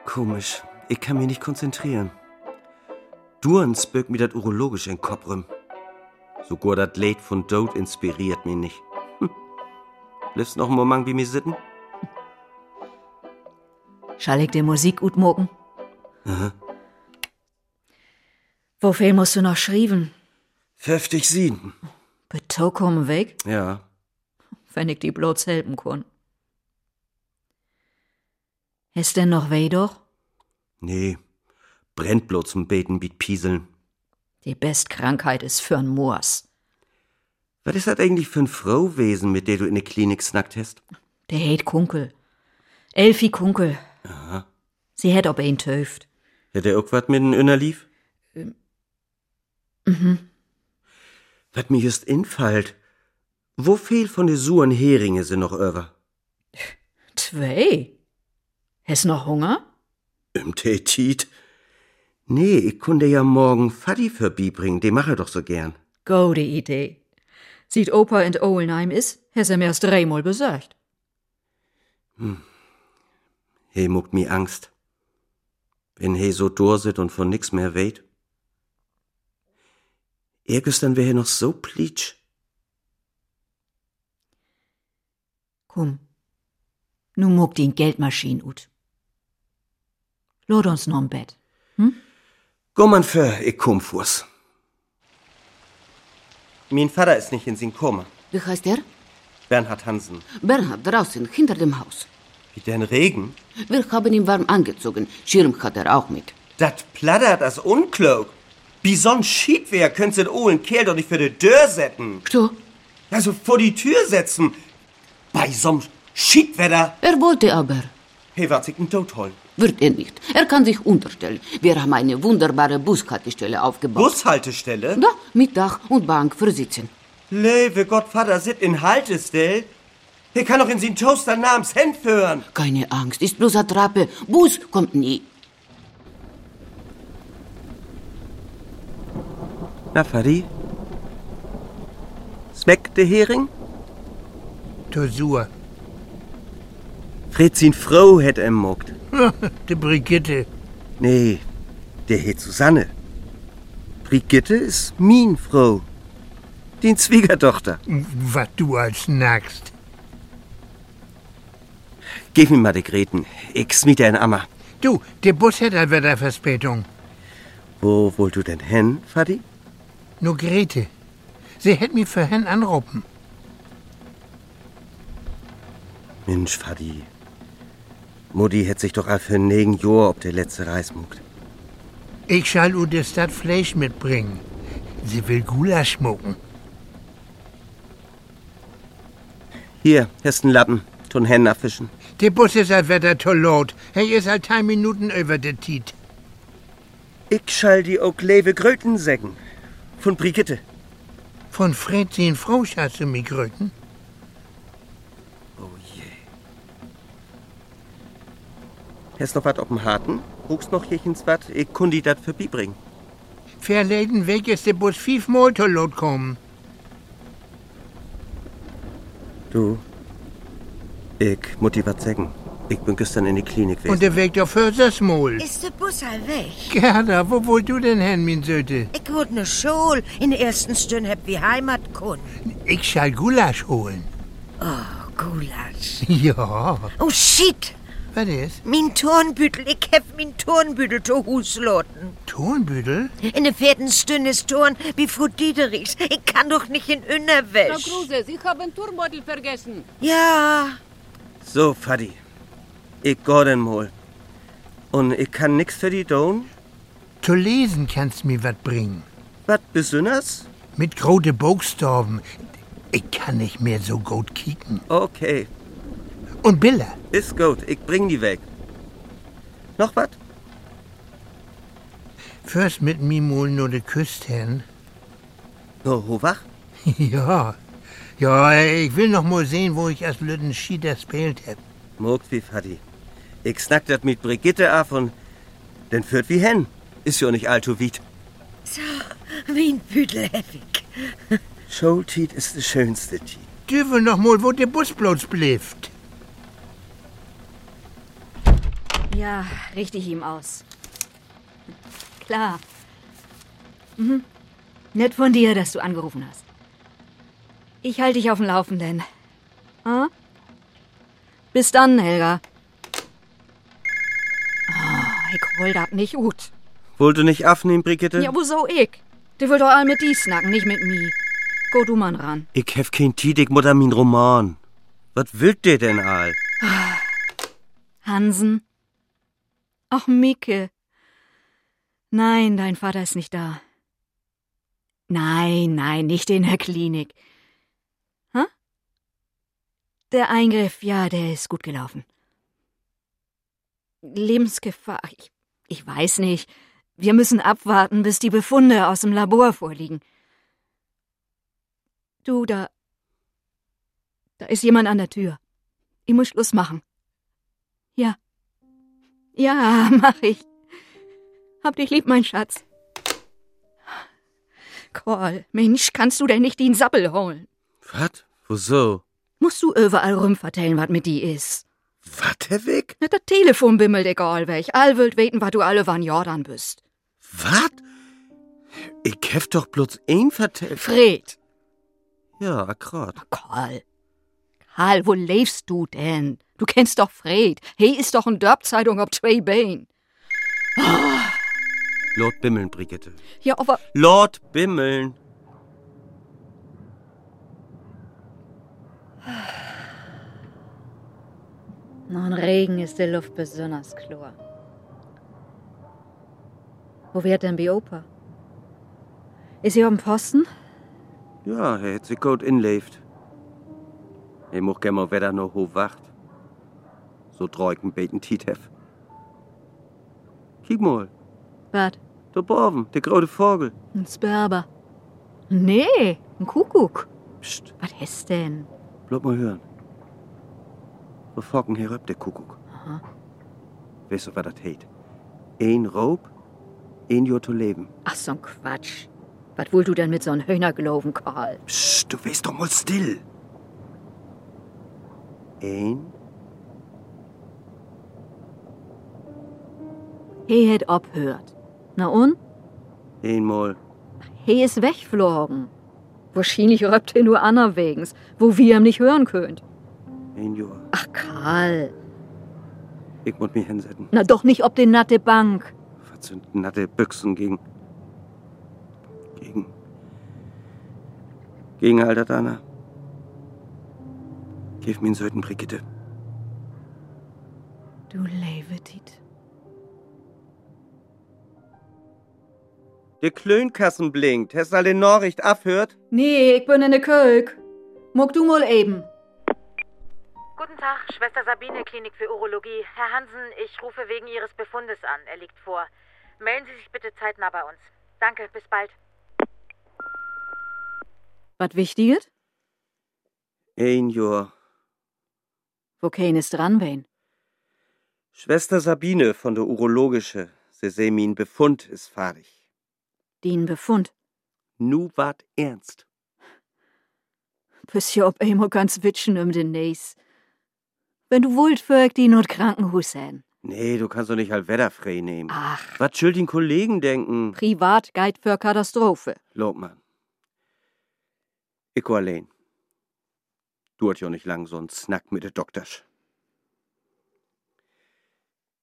[SPEAKER 4] Komisch. Ich kann mich nicht konzentrieren. Durens birgt mir das urologisch in Koprüm. Sogar das Lied von Dode inspiriert mich nicht. Hm. Bliffst noch einen Moment wie mir sitten?
[SPEAKER 2] Schall ich dir Musik gut mucken?
[SPEAKER 4] Aha.
[SPEAKER 2] Wofür musst du noch schrieben?
[SPEAKER 4] Heftig sieden.
[SPEAKER 2] Beto kommen weg,
[SPEAKER 4] Ja.
[SPEAKER 2] wenn ich dir bloß helfen kann. Ist denn noch weh doch?
[SPEAKER 4] Nee. Brennt bloß zum Beten biet Pieseln.
[SPEAKER 2] Die Bestkrankheit ist für'n Moors.
[SPEAKER 4] Was ist das eigentlich für ein Frauwesen, mit der du in der Klinik snackt hast?
[SPEAKER 2] Der hätt Kunkel. Elfi Kunkel.
[SPEAKER 4] Aha.
[SPEAKER 2] Sie hätt ob ihn töft.
[SPEAKER 4] Hätte er irgendwas mit den Innerlief?
[SPEAKER 2] Mhm.
[SPEAKER 4] Was mir just infallt. Wo viel von de Suren Heringe sind noch över?
[SPEAKER 2] Zwei? Hast noch Hunger?
[SPEAKER 4] Im Tätit? Nee, ich kunde ja morgen Fadi vorbeibringen, den mache ich doch so gern.
[SPEAKER 2] Gode Idee. Sieht Opa in Olenheim is, has er mir erst dreimal besagt.
[SPEAKER 4] Hm. He muckt mi Angst. Wenn he so dorsit und von nix mehr weht. Irgendwann wär he noch so plitsch.
[SPEAKER 2] Komm. Nu muck den Geldmaschinen ut. Lod uns noch im Bett.
[SPEAKER 4] Go man für, ich komm fuß. Mein Vater ist nicht in sin Koma.
[SPEAKER 12] Wie heißt er?
[SPEAKER 4] Bernhard Hansen.
[SPEAKER 12] Bernhard, draußen, hinter dem Haus.
[SPEAKER 4] Wie den Regen?
[SPEAKER 12] Wir haben ihn warm angezogen. Schirm hat er auch mit.
[SPEAKER 4] Dat plattert das unklug. Bison schied wer, könnt's den ohlen Kerl doch nicht für de Tür setzen.
[SPEAKER 12] So?
[SPEAKER 4] Also vor die Tür setzen. Bei so'm Schiedwetter.
[SPEAKER 12] Er wollte aber.
[SPEAKER 4] Hey, was ich ihn tot holen.
[SPEAKER 12] Wird er nicht. Er kann sich unterstellen. Wir haben eine wunderbare Bushaltestelle aufgebaut.
[SPEAKER 4] Bushaltestelle?
[SPEAKER 12] Da, mit Dach und Bank für Sitzen.
[SPEAKER 4] Lewe Gottvater, sit in Haltestell. Er kann doch in sin Toaster namens Hemd führen.
[SPEAKER 12] Keine Angst, ist bloß Attrappe. Bus kommt nie.
[SPEAKER 4] Na, Fadi? Schmeckt der Hering?
[SPEAKER 13] Tosur.
[SPEAKER 4] Fred sin Frau hätt em mockt.
[SPEAKER 13] Die Brigitte.
[SPEAKER 4] Nee, der hätt Susanne. Brigitte ist min Frau. Die Zwiegertochter.
[SPEAKER 13] Was du als nackst.
[SPEAKER 4] Gib mir mal die Greten. Ich miete einen Ammer.
[SPEAKER 13] Du, der Bus hat da wieder Verspätung.
[SPEAKER 4] Wo wollt du denn hin, Fadi?
[SPEAKER 13] Nur Grete. Sie hätt mich vorhin anrufen.
[SPEAKER 4] Mensch, Fadi. Mutti hätt sich doch all für negen Jahr ob der letzte Reis muckt.
[SPEAKER 13] Ich schall u der Stadt Fleisch mitbringen. Sie will Gulasch schmucken.
[SPEAKER 4] Hier, hast einen Lappen. Tun Hennen abfischen.
[SPEAKER 13] Der Bus ist halt wieder toll laut. Hey, ist halt drei Minuten über der Tiet.
[SPEAKER 4] Ich schall die Oklewe Gröten säcken. Von Brigitte.
[SPEAKER 13] Von Fredchen Frosch hast du mich gröten.
[SPEAKER 4] Hast noch was auf dem Harten? Rugst noch hier ins Bad? Ich kundi dat für bringen.
[SPEAKER 13] Verleden weg ist der Bus fünfmal toll laut kommen.
[SPEAKER 4] Du. Ich, Mutti, was sagen. Ich bin gestern in die Klinik
[SPEAKER 13] Und
[SPEAKER 4] gewesen.
[SPEAKER 13] der Weg doch fürs Maul.
[SPEAKER 14] Ist der Bus all weg?
[SPEAKER 13] Gerda, wo wollt du denn hin, mein Söte?
[SPEAKER 14] Ich wollt ne Schul. In der ersten Stunde hab wie Heimat kun.
[SPEAKER 13] Ich schall Gulasch holen.
[SPEAKER 14] Oh, Gulasch.
[SPEAKER 13] Ja.
[SPEAKER 14] Oh, shit.
[SPEAKER 13] Was ist?
[SPEAKER 14] Mein Turnbüttel. Ich hab mein Turnbüttel zu Hus loten.
[SPEAKER 13] Turnbüdel?
[SPEAKER 14] In der vierten Stunde ist Turn wie Frau Diederichs. Ich kann doch nicht in
[SPEAKER 15] Frau
[SPEAKER 14] Unterwäsch.
[SPEAKER 15] Kruse, Sie haben Turmbeutel vergessen.
[SPEAKER 14] Ja.
[SPEAKER 4] So, Fadi. Ich geh denn mal. Und ich kann nix für die tun.
[SPEAKER 13] Zu lesen kannst mir was bringen.
[SPEAKER 4] Was besonders?
[SPEAKER 13] Mit grote Buchstaben. Ich kann nicht mehr so gut kicken.
[SPEAKER 4] Okay,
[SPEAKER 13] Und Billa,
[SPEAKER 4] ist gut. Ich bring die weg. Noch was?
[SPEAKER 13] fürs mit mir mal nur de Küst hin.
[SPEAKER 4] So, ho wach?
[SPEAKER 13] ja. Ja, ich will noch mal sehen, wo ich als blöden Schieder spielt hab.
[SPEAKER 4] Mogt wie Fadi. Ich snack dat mit Brigitte af und den führt wie hen. Ist ja nicht allzu weit.
[SPEAKER 14] So, mein Büdel hab ich.
[SPEAKER 4] Schultiet ist das schönste Tiet.
[SPEAKER 13] Düvel noch mal, wo der Bus bloß blifft.
[SPEAKER 2] Ja, richte ich ihm aus. Klar. Mhm. Nett von dir, dass du angerufen hast. Ich halte dich auf dem Laufenden. Hm? Bis dann, Helga. Oh, ich hol dat nicht gut.
[SPEAKER 4] Wollt du nicht afnehmen, Brigitte?
[SPEAKER 2] Ja, wieso ich? Du will doch all mit die snacken, nicht mit mir. Go du man ran.
[SPEAKER 4] Ich hef kein Tiet, ich mutter min Roman. Was willt dir denn all?
[SPEAKER 2] Hansen. Ach, Micke. Nein, dein Vater ist nicht da. Nein, nein, nicht in der Klinik. Hä? Der Eingriff, ja, der ist gut gelaufen. Lebensgefahr, ach, ich, ich weiß nicht. Wir müssen abwarten, bis die Befunde aus dem Labor vorliegen. Du, da. Da ist jemand an der Tür. Ich muss Schluss machen. Ja. Ja, mach ich. Hab dich lieb, mein Schatz. Call, Mensch, kannst du denn nicht den Sappel holen?
[SPEAKER 4] Was? Wieso?
[SPEAKER 2] Musst du überall rumvertellen, was mit die is.
[SPEAKER 4] Wat, Herr Weg?
[SPEAKER 2] Na, das Telefon bimmelt egal weg. All wild weten, was du alle wann Jordan bist.
[SPEAKER 4] Wat? Ich hef doch bloß ein vertellt.
[SPEAKER 2] Fred.
[SPEAKER 4] Ja, akkurat.
[SPEAKER 2] Karl. Karl, wo lebst du denn? Du kennst doch Fred. Hey, ist doch ein Dörp-Zeitung ob Trey Bain.
[SPEAKER 4] Lord Bimmeln, Brigitte.
[SPEAKER 2] Ja, aber
[SPEAKER 4] Lord Bimmeln.
[SPEAKER 2] Nach dem Regen ist die Luft besonders klar. Wo wird denn die Opa? Ist sie auf dem Posten?
[SPEAKER 4] Ja, er hat sich gut inlebt. Ich muss gern mal wieder noch hoch wacht. So treugen beten Titef. Kiek mal,
[SPEAKER 2] Was?
[SPEAKER 4] der Borben, der große Vogel.
[SPEAKER 2] Ein Sperber. Nee, ein Kuckuck. Psst. Was ist denn?
[SPEAKER 4] Bleib mal hören. Wir focken hier rüb, der Kuckuck.
[SPEAKER 2] Aha.
[SPEAKER 4] Weißt du, was das heißt? Ein Raub, ein Jahr zu leben.
[SPEAKER 2] Ach, so ein Quatsch. Was wohl du denn mit so einem Höhnergeloven, Karl?
[SPEAKER 4] Psst, du bist doch mal still. Ein,
[SPEAKER 2] He het obhört. Na und?
[SPEAKER 4] einmal.
[SPEAKER 2] He ist wegflogen. Wahrscheinlich räubt he nur anerwegens, wo wir ihm nicht hören könnt.
[SPEAKER 4] Ein Jahr.
[SPEAKER 2] Ach, Karl.
[SPEAKER 4] Ich muss mich hinsetzen.
[SPEAKER 2] Na doch nicht ob den natte Bank.
[SPEAKER 4] Verzünd natte Büchsen gegen. gegen. gegen alter Dana. Gib mir einen Söten, Brigitte.
[SPEAKER 2] Du Levetit.
[SPEAKER 4] Der Klönkassen blinkt. Hast du alle Nachricht abhört?
[SPEAKER 2] Nee, ich bin in der Kölk. Muck du mal eben.
[SPEAKER 9] Guten Tag, Schwester Sabine, Klinik für Urologie. Herr Hansen, ich rufe wegen Ihres Befundes an. Er liegt vor. Melden Sie sich bitte zeitnah bei uns. Danke, bis bald.
[SPEAKER 2] Was Wichtiges?
[SPEAKER 4] Ein Jahr.
[SPEAKER 2] Wo kein ist dran, wen?
[SPEAKER 4] Schwester Sabine von der Urologische. Sie sehen, mein Befund ist fertig.
[SPEAKER 2] Den Befund.
[SPEAKER 4] Nu wart ernst.
[SPEAKER 2] Bis hier ob emo ganz witschen um den Näs. Wenn du wollt, förg die not Krankenhus sein.
[SPEAKER 4] Nee, du kannst doch nicht halt wetterfrei nehmen. Ach. Was soll den Kollegen denken?
[SPEAKER 2] Privat Guide für Katastrophe.
[SPEAKER 4] Lobmann. Ich go allein. Du hat ja nicht lang so einen Snack mit der Doktorsch.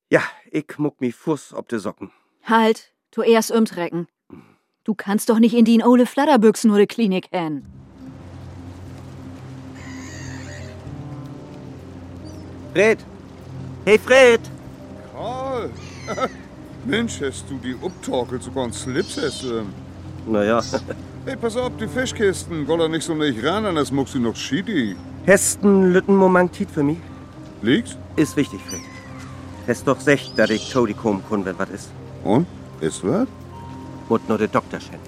[SPEAKER 4] Ja, ich muck mi Fuß ob de Socken.
[SPEAKER 2] Halt, du erst umtrecken. Du kannst doch nicht in die Ole Flatterbüchsen oder Klinik hän.
[SPEAKER 4] Fred! Hey Fred!
[SPEAKER 8] Karl! Mensch, hast du die Uptorkel sogar einen Slips essen.
[SPEAKER 4] Naja.
[SPEAKER 8] Hey, pass auf, die Fischkisten. Goll da nicht so nicht ran, anders muckst du noch Schidi.
[SPEAKER 4] Hesten lütten Momentit für mich.
[SPEAKER 8] Liegt?
[SPEAKER 4] Ist wichtig, Fred. Hast doch recht, dass ich Jody kommen kann, wenn was ist.
[SPEAKER 8] Und? Ist was?
[SPEAKER 4] Mut nur der Doktor schen.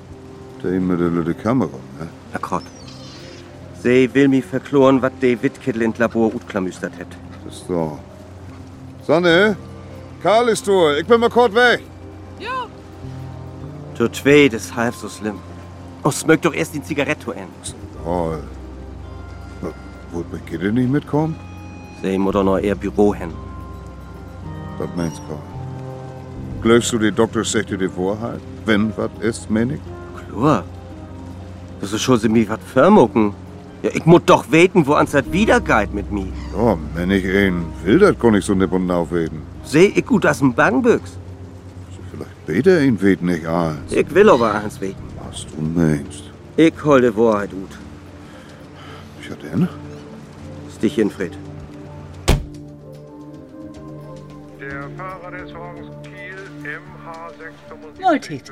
[SPEAKER 8] Der mit der lütte Kamera, ne?
[SPEAKER 4] Na Gott. Sie will mich verkloren, was de Wittkittel in Labor utklamüstert hätt.
[SPEAKER 8] Ist so. Sonne? Karl ist du. Ich bin mal kurz weg.
[SPEAKER 4] Tut weh, das ist halb so schlimm. Oh, smög doch erst die Zigarette an.
[SPEAKER 8] Karl. Na, Wollt Brigitte nicht mitkommen?
[SPEAKER 4] Sie muss doch noch eher Büro hin.
[SPEAKER 8] Was meinst du, Karl? Glaubst du, der Doktor sagte die Wahrheit? Wenn was ist, meine ich?
[SPEAKER 4] Klar. Das ist schon sie mich was vermucken. Ja, ich muss doch weten, wo ans das wieder geht mit mir.
[SPEAKER 8] Ja, wenn ich ihn will, das kann ich so nipp und aufweten.
[SPEAKER 4] Seh ich gut aus dem Bangbüchs.
[SPEAKER 8] Bete ihn weht nicht Ah, ein.
[SPEAKER 4] Ich will aber eins weten.
[SPEAKER 8] Was du meinst.
[SPEAKER 4] Ich hol die Wahrheit ut.
[SPEAKER 8] Ja, denn?
[SPEAKER 4] Stich hin, Fred.
[SPEAKER 10] Nulltit.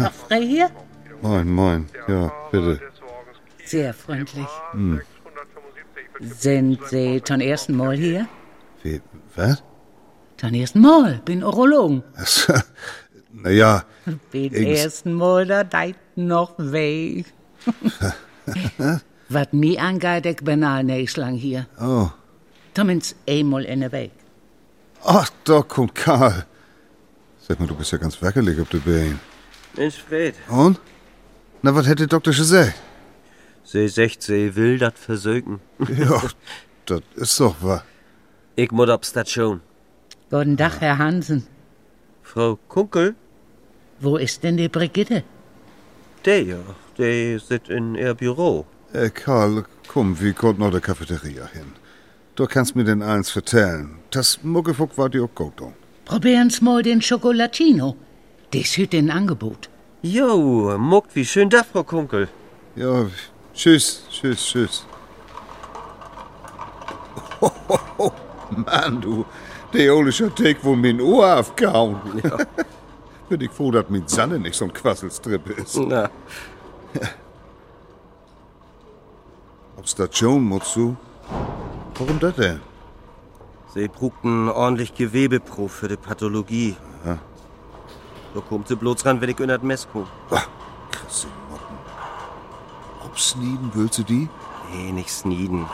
[SPEAKER 10] Noch frei hier?
[SPEAKER 8] Moin, moin. Ja, bitte.
[SPEAKER 10] Sehr freundlich.
[SPEAKER 8] Hm.
[SPEAKER 10] Sind Sie zum ersten Mal hier?
[SPEAKER 8] Wie, was?
[SPEAKER 10] Zum ersten Mal. Bin Urologen.
[SPEAKER 8] Naja,
[SPEAKER 10] Bin
[SPEAKER 8] Irgends-
[SPEAKER 10] ersten Mal, da deit noch weh. Was mir angeht, ich bin all nicht lang hier.
[SPEAKER 8] oh.
[SPEAKER 10] Zumindest einmal in der Weg.
[SPEAKER 8] Ach, da kommt Karl. Sag mal, du bist ja ganz wackelig ob du Bein.
[SPEAKER 4] Mensch, Fred.
[SPEAKER 8] Und? Na, was hätte Dr. gesagt?
[SPEAKER 4] Sie sagt, sie will dat versöken.
[SPEAKER 8] Ja, das ist doch wahr.
[SPEAKER 4] Ich muss ab Station.
[SPEAKER 10] Guten Tag, Herr Hansen.
[SPEAKER 4] Frau Kunkel?
[SPEAKER 10] Wo ist denn die Brigitte?
[SPEAKER 4] Der ja. Der sitzt in ihr Büro.
[SPEAKER 8] Äh, Karl, komm, wir kommt noch der Cafeteria hin. Du kannst mir denn eins vertellen. Das Muckefuck war die Obgotung.
[SPEAKER 10] Probieren's mal den Schocolatino. Das hüt in Angebot.
[SPEAKER 4] Jo, muckt, wie schön da, Frau Kunkel.
[SPEAKER 8] Ja, tschüss, tschüss, tschüss. Mann, du, der Ole Schatek wohl mein Ohr aufgehauen. Bin ich froh, dass mit Sanne nicht so ein Quasselstrip ist.
[SPEAKER 4] Na.
[SPEAKER 8] Ob's da Joan muss du? Warum das denn?
[SPEAKER 4] Sie brugten ordentlich Gewebeprof für die Pathologie.
[SPEAKER 8] Ja.
[SPEAKER 4] Da kommt sie bloß ran, wenn ich in das Mess komm.
[SPEAKER 8] Christi Ah, Motten. Ob's nieden willst du die?
[SPEAKER 4] Nee, nicht snieden.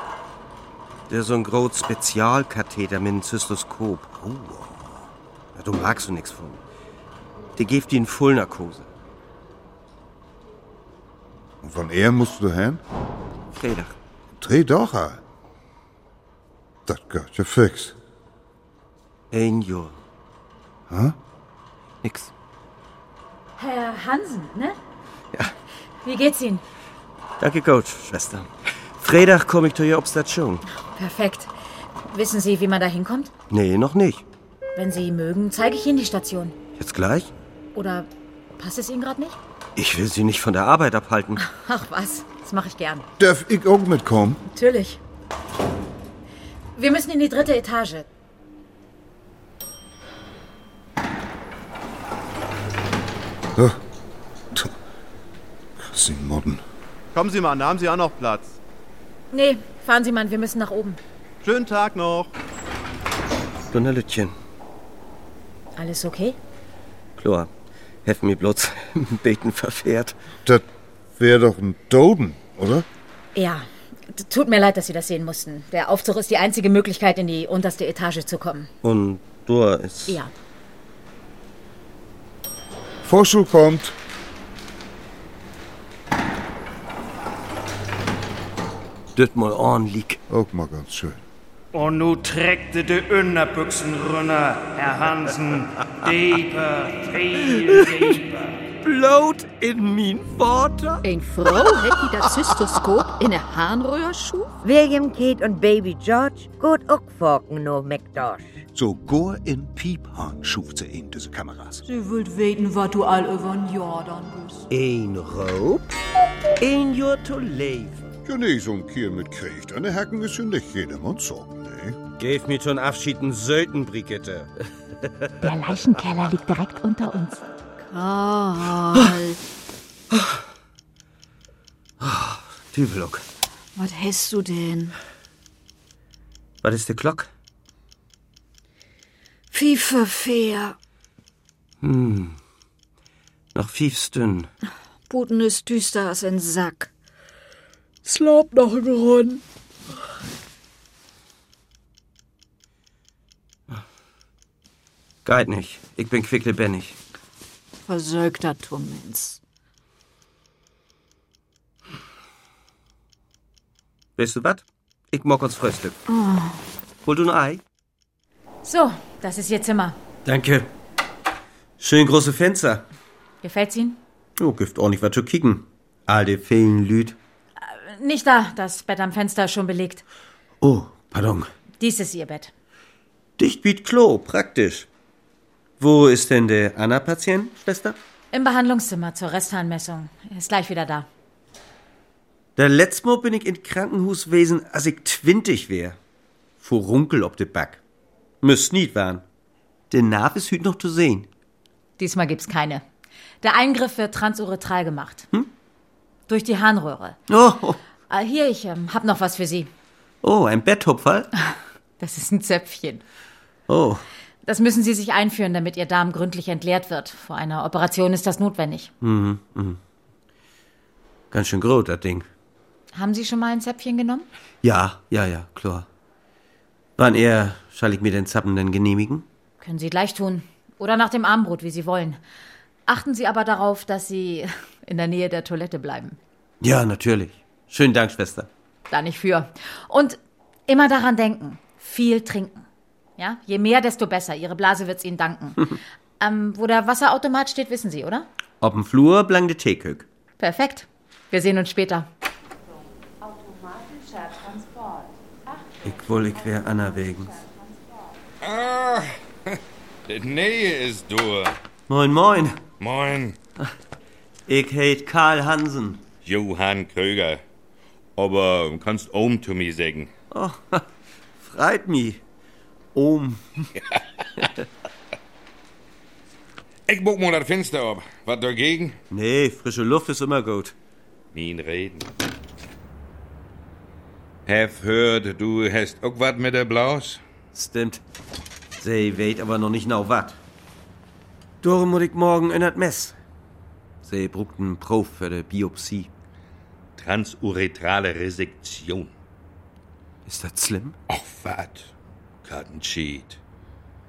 [SPEAKER 4] Der so ein groß Spezialkatheter mit einem Zystoskop. Oh. Na, du magst du nix von. Der gibt die in Vollnarkose.
[SPEAKER 8] Und von er musst du hin?
[SPEAKER 4] Fredag.
[SPEAKER 8] Dreh doch an. Das gehört ja fix.
[SPEAKER 4] Ein Jahr.
[SPEAKER 8] Hä?
[SPEAKER 4] Nix.
[SPEAKER 2] Äh,
[SPEAKER 9] Herr Hansen, ne?
[SPEAKER 4] Ja.
[SPEAKER 9] Wie geht's Ihnen?
[SPEAKER 4] Danke, Coach, Schwester. Freitag komme ich zu ihr Obstation.
[SPEAKER 9] Perfekt.
[SPEAKER 2] Wissen Sie, wie man da hinkommt?
[SPEAKER 11] Nee, noch nicht.
[SPEAKER 2] Wenn Sie mögen, zeige ich Ihnen die Station.
[SPEAKER 11] Jetzt gleich?
[SPEAKER 2] Oder passt es Ihnen gerade nicht?
[SPEAKER 11] Ich will Sie nicht von der Arbeit abhalten.
[SPEAKER 2] Ach was, das mache ich gern.
[SPEAKER 5] Darf ich auch mitkommen?
[SPEAKER 2] Natürlich. Wir müssen in die dritte Etage.
[SPEAKER 5] Oh. Sie Modden.
[SPEAKER 16] Kommen Sie mal an, da haben Sie auch noch Platz.
[SPEAKER 2] Nee, fahren Sie, Mann, wir müssen nach oben.
[SPEAKER 16] Schönen Tag noch.
[SPEAKER 11] Donnerlütchen.
[SPEAKER 2] Alles okay?
[SPEAKER 11] Chlor, helf mir bloß. Beten verfährt.
[SPEAKER 5] Das wäre doch ein Doden, oder?
[SPEAKER 2] Ja. T- Tut mir leid, dass Sie das sehen mussten. Der Aufzug ist die einzige Möglichkeit, in die unterste Etage zu kommen.
[SPEAKER 11] Und Dor ist.
[SPEAKER 2] Ja.
[SPEAKER 5] Vorschul kommt.
[SPEAKER 11] Dört mal ordentlich.
[SPEAKER 5] Auch mal ganz schön.
[SPEAKER 6] Und nu trägt de Unterbüchsen runter, Herr Hansen. Deeper, viel deeper.
[SPEAKER 11] Bloot in min Worte.
[SPEAKER 13] Ein Frau hätte das Zystoskop in der Harnröhrschuh? William, Kate und Baby George gut auch forken nur McDosh.
[SPEAKER 17] Sogar in Piephahn schuft sie in diese Kameras.
[SPEAKER 18] Sie wollt weten, was du all übern Jordan bist.
[SPEAKER 17] Ein Rob, ein Jahr zu leben.
[SPEAKER 5] Ja, nee, so ein Kiel mit Krieg, deine Hacken ist ja nicht jedermanns Sorgen, nee.
[SPEAKER 11] Gave mir schon Abschieden Söten, Brigitte.
[SPEAKER 19] Der Leichenkeller liegt direkt unter uns.
[SPEAKER 20] Karl,
[SPEAKER 11] Dübelock.
[SPEAKER 20] was hast du denn?
[SPEAKER 11] Was ist der Glock?
[SPEAKER 20] Wie verfehr.
[SPEAKER 11] Hm. Noch fiefs dünn.
[SPEAKER 20] Puten ist düster als ein Sack.
[SPEAKER 21] Slaub noch im Rund.
[SPEAKER 11] Geht nicht. Ich bin quicklebendig.
[SPEAKER 20] Versögter Tummens.
[SPEAKER 11] Weißt du wat? Ich mock uns Frühstück. Hol du ein Ei?
[SPEAKER 2] So, das ist Ihr Zimmer.
[SPEAKER 11] Danke. Schön große Fenster.
[SPEAKER 2] Gefällt's Ihnen?
[SPEAKER 11] Oh, gibt ordentlich was zu kicken. All die vielen Lüd.
[SPEAKER 2] Nicht da, das Bett am Fenster ist schon belegt.
[SPEAKER 11] Oh, pardon.
[SPEAKER 2] Dies ist Ihr Bett.
[SPEAKER 11] Dicht biet Klo, praktisch. Wo ist denn der Anna-Patient, Schwester?
[SPEAKER 2] Im Behandlungszimmer zur Restharnmessung. Er Ist gleich wieder da.
[SPEAKER 11] Der letzte Mal bin ich in Krankenhuswesen, als ich 20 wär. Furunkel ob de Back. Müsst nicht waren. Der Narb ist hüt noch zu sehen.
[SPEAKER 2] Diesmal gibt's keine. Der Eingriff wird transuretral gemacht.
[SPEAKER 11] Hm?
[SPEAKER 2] Durch die Harnröhre.
[SPEAKER 11] Oh,
[SPEAKER 2] Ah, hier, ich ähm, hab noch was für Sie.
[SPEAKER 11] oh, ein Betthopferl?
[SPEAKER 2] Das ist ein Zäpfchen.
[SPEAKER 11] Oh,
[SPEAKER 2] Das müssen Sie sich einführen, damit Ihr Darm gründlich entleert wird. Vor einer Operation ist das notwendig.
[SPEAKER 11] mhm, mhm. Ganz schön groß, das Ding.
[SPEAKER 2] Haben Sie schon mal ein Zäpfchen genommen?
[SPEAKER 11] Ja, ja, ja, klar. Wann eher soll ich mir den Zappen denn genehmigen?
[SPEAKER 2] Können Sie gleich tun. Oder nach dem Armbrot, wie Sie wollen. Achten Sie aber darauf, dass Sie in der Nähe der Toilette bleiben.
[SPEAKER 11] Ja, natürlich. Schönen Dank, Schwester.
[SPEAKER 2] Da nicht für. Und immer daran denken. Viel trinken. Ja? Je mehr, desto besser. Ihre Blase wird's Ihnen danken. ähm, wo der Wasserautomat steht, wissen Sie, oder?
[SPEAKER 11] Ob'm Flur blang de Teekök.
[SPEAKER 2] Perfekt. Wir sehen uns später.
[SPEAKER 11] Ich wohl, ich wär Anna wegen.
[SPEAKER 4] Ah, die Nähe ist durch.
[SPEAKER 11] Moin, moin.
[SPEAKER 4] Moin.
[SPEAKER 11] Ich heit Karl Hansen.
[SPEAKER 4] Johann Köger. Aber kannst Ohm zu mir sagen.
[SPEAKER 11] Oh, freit mi. Ohm.
[SPEAKER 4] Ich buck mal das Fenster ab. Was dagegen?
[SPEAKER 11] Nee, frische Luft ist immer gut.
[SPEAKER 4] Mien reden. Have heard, du hast auch was mit der Blaus?
[SPEAKER 11] Stimmt. Sie weht aber noch nicht genau wat. Dore muss ich morgen in dat Mess. Sie brucht einen Prof für de Biopsie.
[SPEAKER 4] Transuretrale Resektion.
[SPEAKER 11] Ist das schlimm?
[SPEAKER 4] Ach, wat? Karten cheat.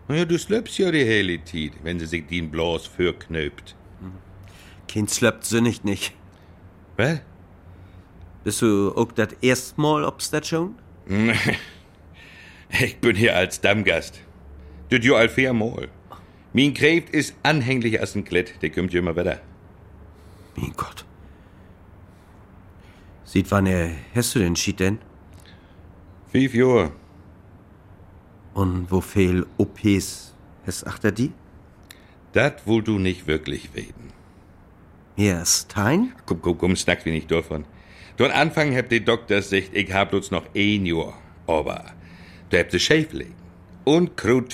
[SPEAKER 4] Naja, du slöpst ja die hele Tiet, wenn sie sich den bloß verknöpt.
[SPEAKER 11] Kind slöppt sie nicht nicht.
[SPEAKER 4] Was?
[SPEAKER 11] Bist du auch dat erstmal ob's dat schon?
[SPEAKER 4] Ich bin hier als Stammgast. Das jo all fair mal. Mein Kräft ist anhänglich als ein Klett, der kommt ja immer wieder.
[SPEAKER 11] Mein Gott. Sieht wann er hast du den Schied denn?
[SPEAKER 4] Fünf Jahre.
[SPEAKER 11] Und wofehl OPs es achter die?
[SPEAKER 4] Dat wollt du nicht wirklich reden.
[SPEAKER 11] Mir ist tein?
[SPEAKER 4] Komm, komm, komm, snack wir nicht davon. Dort Anfang habt die Doktor sich, ich hab bloß noch ein Jahr, aber du habt die Schäfling. Und Krut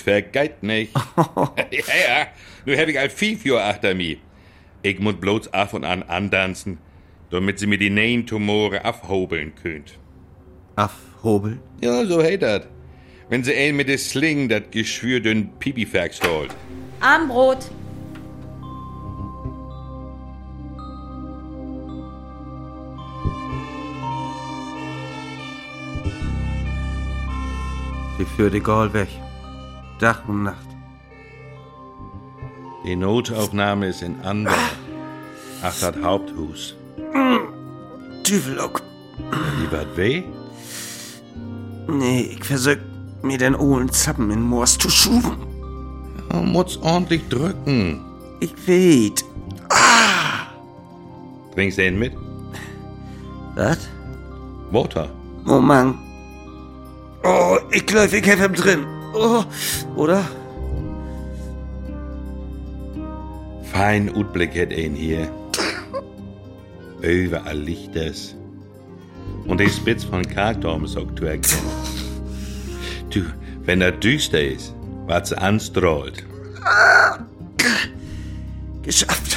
[SPEAKER 4] vergeit nicht. ja, ja, nu hab ich all fünf Jahr achter mir. Ich muss bloß af und an andanzen, damit sie mir die neuen Tumore afhobeln könnt.
[SPEAKER 11] Afhobel?
[SPEAKER 4] Ja, so heet dat. Wenn sie ein mit de Sling dat Geschwür den Pipifax holt.
[SPEAKER 2] Armbrot.
[SPEAKER 11] Die führt die Gaul weg. Dach und Nacht.
[SPEAKER 4] Die Notaufnahme ist in Anbau. Ach, dat Haupthus.
[SPEAKER 11] Tüfelock.
[SPEAKER 4] Die wat weh?
[SPEAKER 11] Nee, ich versöck mir den ohlen Zappen in Moors zu schufen.
[SPEAKER 4] Man muss ordentlich drücken.
[SPEAKER 11] Ich weet. Ah!
[SPEAKER 4] Trinkst du einen mit?
[SPEAKER 11] Was?
[SPEAKER 4] Water.
[SPEAKER 11] Oh Mann. Oh, ich glaub, ich hab ihn drin. Oh, oder?
[SPEAKER 4] Fein Utblick hat ihn hier. Überall Lichters. Und die Spitz von Karkdorm ist auch zu erkennen. Du, wenn er düster ist, was anstrahlt.
[SPEAKER 11] Geschafft.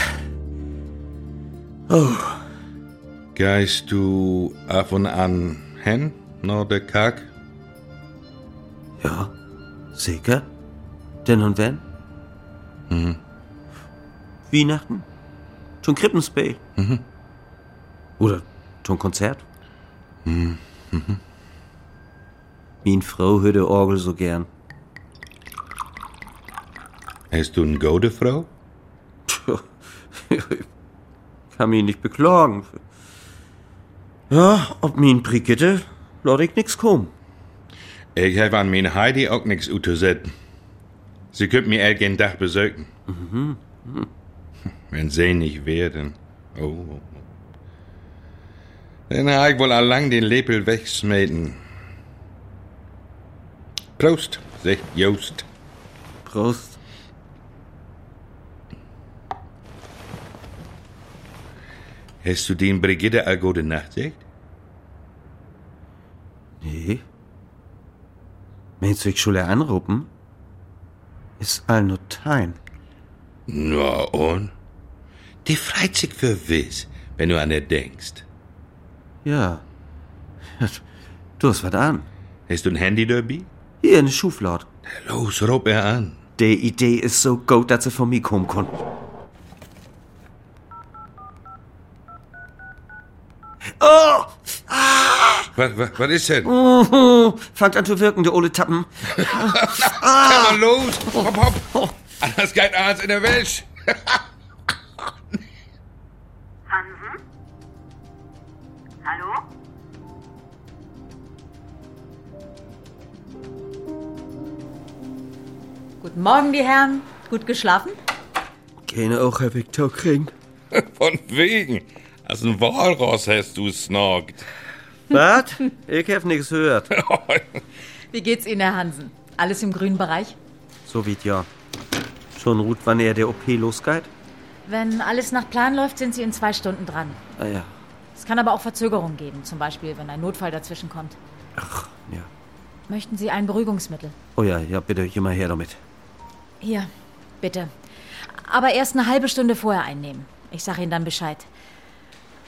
[SPEAKER 11] Oh.
[SPEAKER 4] Geist du ab und an hin, nach der Kack?
[SPEAKER 11] Ja, sicher. Denn und wenn? Hm.
[SPEAKER 4] Mhm.
[SPEAKER 11] Weihnachten? Zum Krippenspiel?
[SPEAKER 4] Mhm.
[SPEAKER 11] Oder zum Konzert?
[SPEAKER 4] Mhm. Mhm.
[SPEAKER 11] Mien Frau hört die Orgel so gern.
[SPEAKER 4] Hast du eine gute Frau?
[SPEAKER 11] Tja, ich kann mich nicht beklagen. Ja, ob mir ein Brigitte, lade ich nix kommen.
[SPEAKER 4] Ich habe an mein Heidi auch nichts utzusetzen. Sie könnt mir jeden Tag besorgen.
[SPEAKER 11] Mhm. mhm.
[SPEAKER 4] Wenn sie nicht werden. Oh. Dann habe ich wohl allang den Lepel wegsmeten. Prost, sagt Joost.
[SPEAKER 11] Prost.
[SPEAKER 4] Hast du den Brigitte all gute Nacht sagt?
[SPEAKER 11] Nee. Meinst du, ich schule anruppen? Ist all nur Time.
[SPEAKER 4] Na und? Die freut sich für wiss, wenn du an er denkst.
[SPEAKER 11] Ja. Du hast was an.
[SPEAKER 4] Hast du ein Handy derby?
[SPEAKER 11] Hier in der Schublade.
[SPEAKER 4] Los, rob er an.
[SPEAKER 11] Die Idee ist so gut, dass sie von mir kommen kann. Oh!
[SPEAKER 4] Was, was, was ist denn?
[SPEAKER 11] Oh, oh, fangt an zu wirken, der Ole Tappen.
[SPEAKER 4] Komm mal los! Hopp, hopp! Anders geht alles in der Welt!
[SPEAKER 22] Hansen? Hallo?
[SPEAKER 2] Guten Morgen, die Herren. Gut geschlafen?
[SPEAKER 11] Keine auch hab ich Tau kriegen.
[SPEAKER 4] Von wegen! Als ein Walross hast du snorkt.
[SPEAKER 11] Was? Ich hab nix gehört.
[SPEAKER 2] Wie geht's Ihnen, Herr Hansen? Alles im grünen Bereich?
[SPEAKER 11] So wie ja. Schon ruht, wann er der OP losgeht?
[SPEAKER 2] Wenn alles nach Plan läuft, sind Sie in zwei Stunden dran.
[SPEAKER 11] Ah ja.
[SPEAKER 2] Es kann aber auch Verzögerungen geben, zum Beispiel, wenn ein Notfall dazwischen kommt.
[SPEAKER 11] Ach, ja.
[SPEAKER 2] Möchten Sie ein Beruhigungsmittel?
[SPEAKER 11] Oh ja, ja, bitte, immer her damit.
[SPEAKER 2] Hier, bitte. Aber erst eine halbe Stunde vorher einnehmen. Ich sage Ihnen dann Bescheid.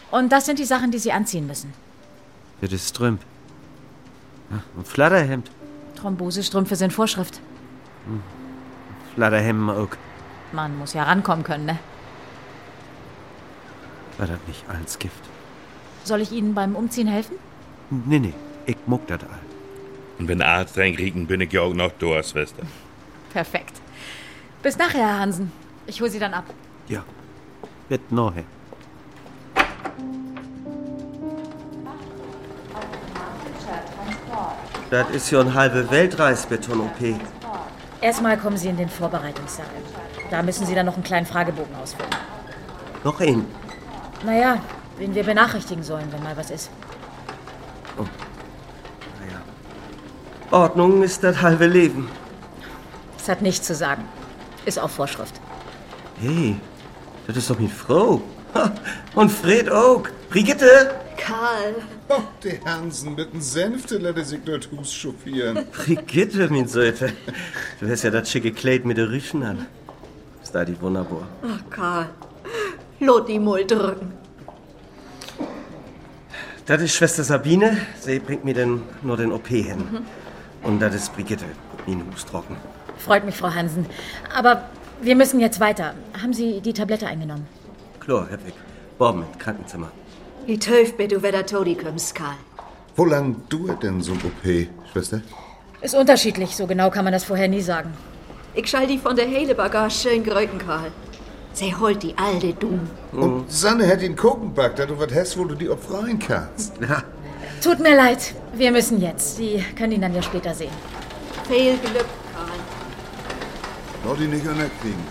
[SPEAKER 2] Und das sind die Sachen, die Sie anziehen müssen.
[SPEAKER 11] Für das Strümpf. Ja, ein Flatterhemd.
[SPEAKER 2] Thrombosestrümpfe sind Vorschrift.
[SPEAKER 11] Hm. Flatterhemden auch.
[SPEAKER 2] Man muss ja rankommen können, ne?
[SPEAKER 11] War das nicht eins Gift?
[SPEAKER 2] Soll ich Ihnen beim Umziehen helfen?
[SPEAKER 11] Nee, nee, ich muck das all.
[SPEAKER 4] Und wenn Arzt reinkriegen, bin ich ja auch noch da, Schwester.
[SPEAKER 2] Perfekt. Bis nachher, Herr Hansen. Ich hole Sie dann ab.
[SPEAKER 11] Ja, wird nachher. Das ist ja ein halbe Weltreisbeton-OP.
[SPEAKER 2] Erstmal kommen Sie in den Vorbereitungssaal. Da müssen Sie dann noch einen kleinen Fragebogen ausfüllen.
[SPEAKER 11] Noch ein.
[SPEAKER 2] Naja, wen wir benachrichtigen sollen, wenn mal was ist.
[SPEAKER 11] Oh. Naja.
[SPEAKER 4] Ordnung ist das halbe Leben.
[SPEAKER 2] Das hat nichts zu sagen. Ist auch Vorschrift.
[SPEAKER 4] Hey, das ist doch mit Frau. Ha, Und Fred auch. Brigitte!
[SPEAKER 13] Karl. Oh, der Hansen mit dem Senfte lässt er sich dort Hus chauffieren.
[SPEAKER 4] Brigitte, mein Söte. Du hast ja das schicke Kleid mit der Rüschen an. Ist da die wunderbar.
[SPEAKER 23] Ach, Karl. Lot die Mul drücken.
[SPEAKER 4] Das ist Schwester Sabine. Sie bringt mir denn nur den OP hin. Und das ist Brigitte. Mein Hus trocken.
[SPEAKER 2] Freut mich, Frau Hansen. Aber wir müssen jetzt weiter. Haben Sie die Tablette eingenommen?
[SPEAKER 4] Chlor, Herr Wick. Borben im Krankenzimmer.
[SPEAKER 23] Ich töf, bitte, du wieder Todi kommst, Karl.
[SPEAKER 13] Wo lang dauert denn so ein OP, Schwester?
[SPEAKER 2] Ist unterschiedlich, so genau kann man das vorher nie sagen.
[SPEAKER 23] Ich schall die von der hele Bagage schön gröken, Karl. Sie holt die alte Dumm.
[SPEAKER 13] Und Sanne hat ihn gucken packt, dass du was hast, wo du die opfreien kannst.
[SPEAKER 2] Tut mir leid, wir müssen jetzt. Sie können ihn dann ja später sehen.
[SPEAKER 23] Viel Glück, Karl.
[SPEAKER 13] Lass die nicht anerkriegen.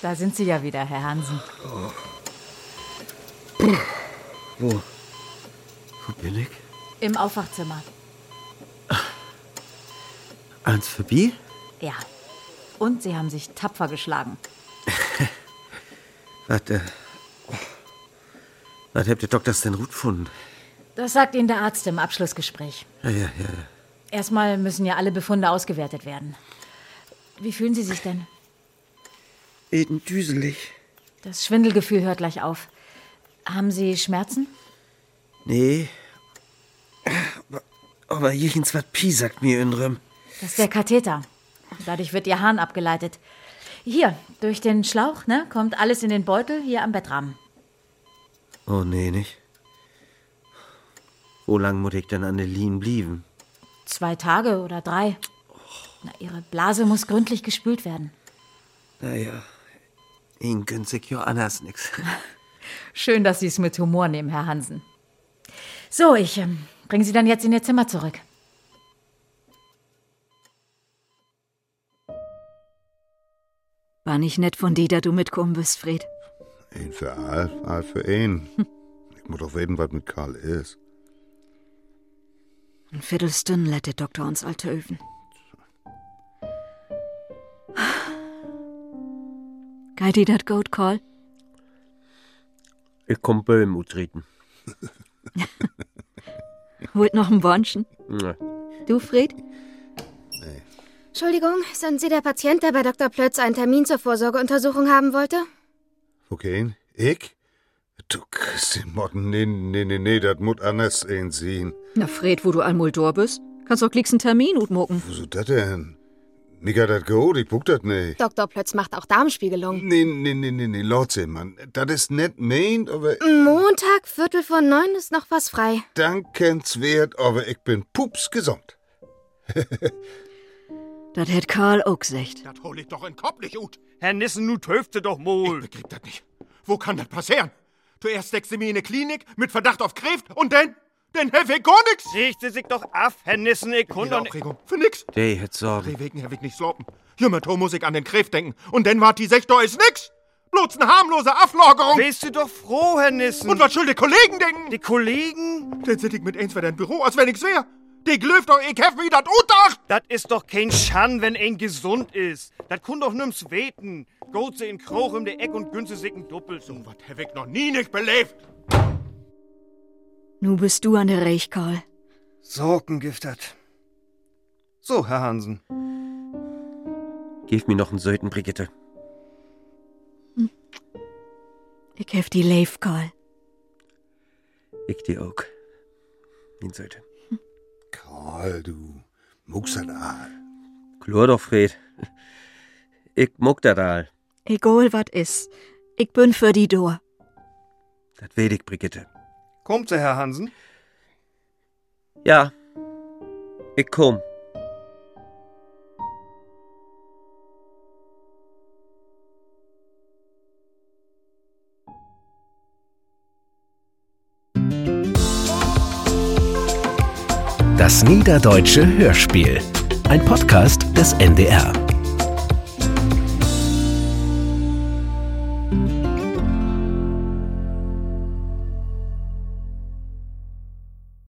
[SPEAKER 2] Da sind Sie ja wieder, Herr Hansen.
[SPEAKER 4] Wo? Wo bin ich?
[SPEAKER 2] Im Aufwachzimmer.
[SPEAKER 4] Ans vorbei?
[SPEAKER 2] Ja. Und Sie haben sich tapfer geschlagen.
[SPEAKER 4] Warte. äh, Was habt ihr Doktors denn gut gefunden?
[SPEAKER 2] Das sagt Ihnen der Arzt im Abschlussgespräch.
[SPEAKER 4] Ja, ja, ja. ja.
[SPEAKER 2] Erstmal müssen ja alle Befunde ausgewertet werden. Wie fühlen Sie sich denn?
[SPEAKER 24] Eben düselig.
[SPEAKER 2] Das Schwindelgefühl hört gleich auf. Haben Sie Schmerzen?
[SPEAKER 4] Nee. Aber- Aber jechens wat Pi sagt mir inrem.
[SPEAKER 2] Das ist der Katheter. Dadurch wird Ihr Hahn abgeleitet. Hier, durch den Schlauch, ne, kommt alles in den Beutel hier am Bettrahmen.
[SPEAKER 4] Oh nee, nicht. Wo lang muss ich denn an der Lien blieben?
[SPEAKER 2] Zwei Tage oder drei. Na, Ihre Blase muss gründlich gespült werden.
[SPEAKER 4] Naja, ihn gönnt sich jo anders nix.
[SPEAKER 2] Schön, dass Sie es mit Humor nehmen, Herr Hansen. So, ich ähm, bringe Sie dann jetzt in Ihr Zimmer zurück.
[SPEAKER 25] War nicht nett von dir, dass du mitkommen bist, Fred.
[SPEAKER 13] Ein für all, all für ein. Ich muss doch reden, was mit Karl ist.
[SPEAKER 25] Ein Viertelstünd lädt der Doktor uns alte Öfen. Geht dir dat gut, Karl?
[SPEAKER 4] Ich komm Böhm utreten.
[SPEAKER 25] Wollt noch ein Wunschen? Du, Fred?
[SPEAKER 8] Entschuldigung, sind Sie der Patient, der bei Dr. Plötz einen Termin zur Vorsorgeuntersuchung haben wollte?
[SPEAKER 13] Okay, ich? Du kriegst den Motten. Nee, nee, nee, nee, das muss anders einsehen.
[SPEAKER 25] Na, Fred, wo du einmal da bist, kannst doch glicks einen Termin utmucken.
[SPEAKER 13] Wieso das denn? Mir geht das gut, ich buck das nicht.
[SPEAKER 8] Dr. Plötz macht auch Darmspiegelung.
[SPEAKER 13] Nee, nee, nee, nee, nee, Lotze, Mann. Das ist nicht meint, aber
[SPEAKER 8] Montag, Viertel vor neun ist noch was frei.
[SPEAKER 13] dankenswert, aber ich bin pups gesund.
[SPEAKER 25] Das hätt Karl auch gesagt.
[SPEAKER 5] Das hol ich doch in Kopf nicht ut. Herr Nissen, nu töfte doch mol. Ich begriff das nicht. Wo kann das passieren? Zuerst steckst du mir in eine Klinik mit Verdacht auf Kräft und dann, dann helf ich gar nix. Richte sich doch ab, Herr Nissen, ich
[SPEAKER 6] und-
[SPEAKER 5] Aufregung, für nix.
[SPEAKER 4] Der hat Sorgen.
[SPEAKER 5] Wegen Herr Wick nicht slopen. Jümmerto muss ich an den Kräft denken und dann wart die Sektor ist nix. Bloß eine harmlose Aflagerung.
[SPEAKER 6] Bist du doch froh, Herr Nissen.
[SPEAKER 5] Und was soll die Kollegen denken?
[SPEAKER 6] Die Kollegen?
[SPEAKER 5] Dann sind ich mit eins wieder im Büro, als wenn ich's wär. Die glöft doch, ich hef mir das Unteracht.
[SPEAKER 6] Das ist doch kein Schan, wenn ein gesund ist. Das kun doch nimm's weten. Goat sie in Krauch im der Eck und günze sicken doppelt. So
[SPEAKER 5] was hab ich noch nie nicht belebt.
[SPEAKER 25] Nu bist du an der Reich, Karl.
[SPEAKER 6] Sorgengiftert. So, Herr Hansen.
[SPEAKER 4] Gib mir noch einen Söten, Brigitte.
[SPEAKER 25] Ich hef die Leif, Karl.
[SPEAKER 4] Ich dir auch. Ihn Söte.
[SPEAKER 13] Karl, du Muxadal.
[SPEAKER 4] Chlor doch, Fred. Ich muck dat all.
[SPEAKER 25] Egal wat is. Ich bin für die Dor.
[SPEAKER 4] Dat weet ich, Brigitte.
[SPEAKER 6] Kommt sie, Herr Hansen?
[SPEAKER 4] Ja. Ich komm.
[SPEAKER 11] Das Niederdeutsche Hörspiel. Ein Podcast des NDR.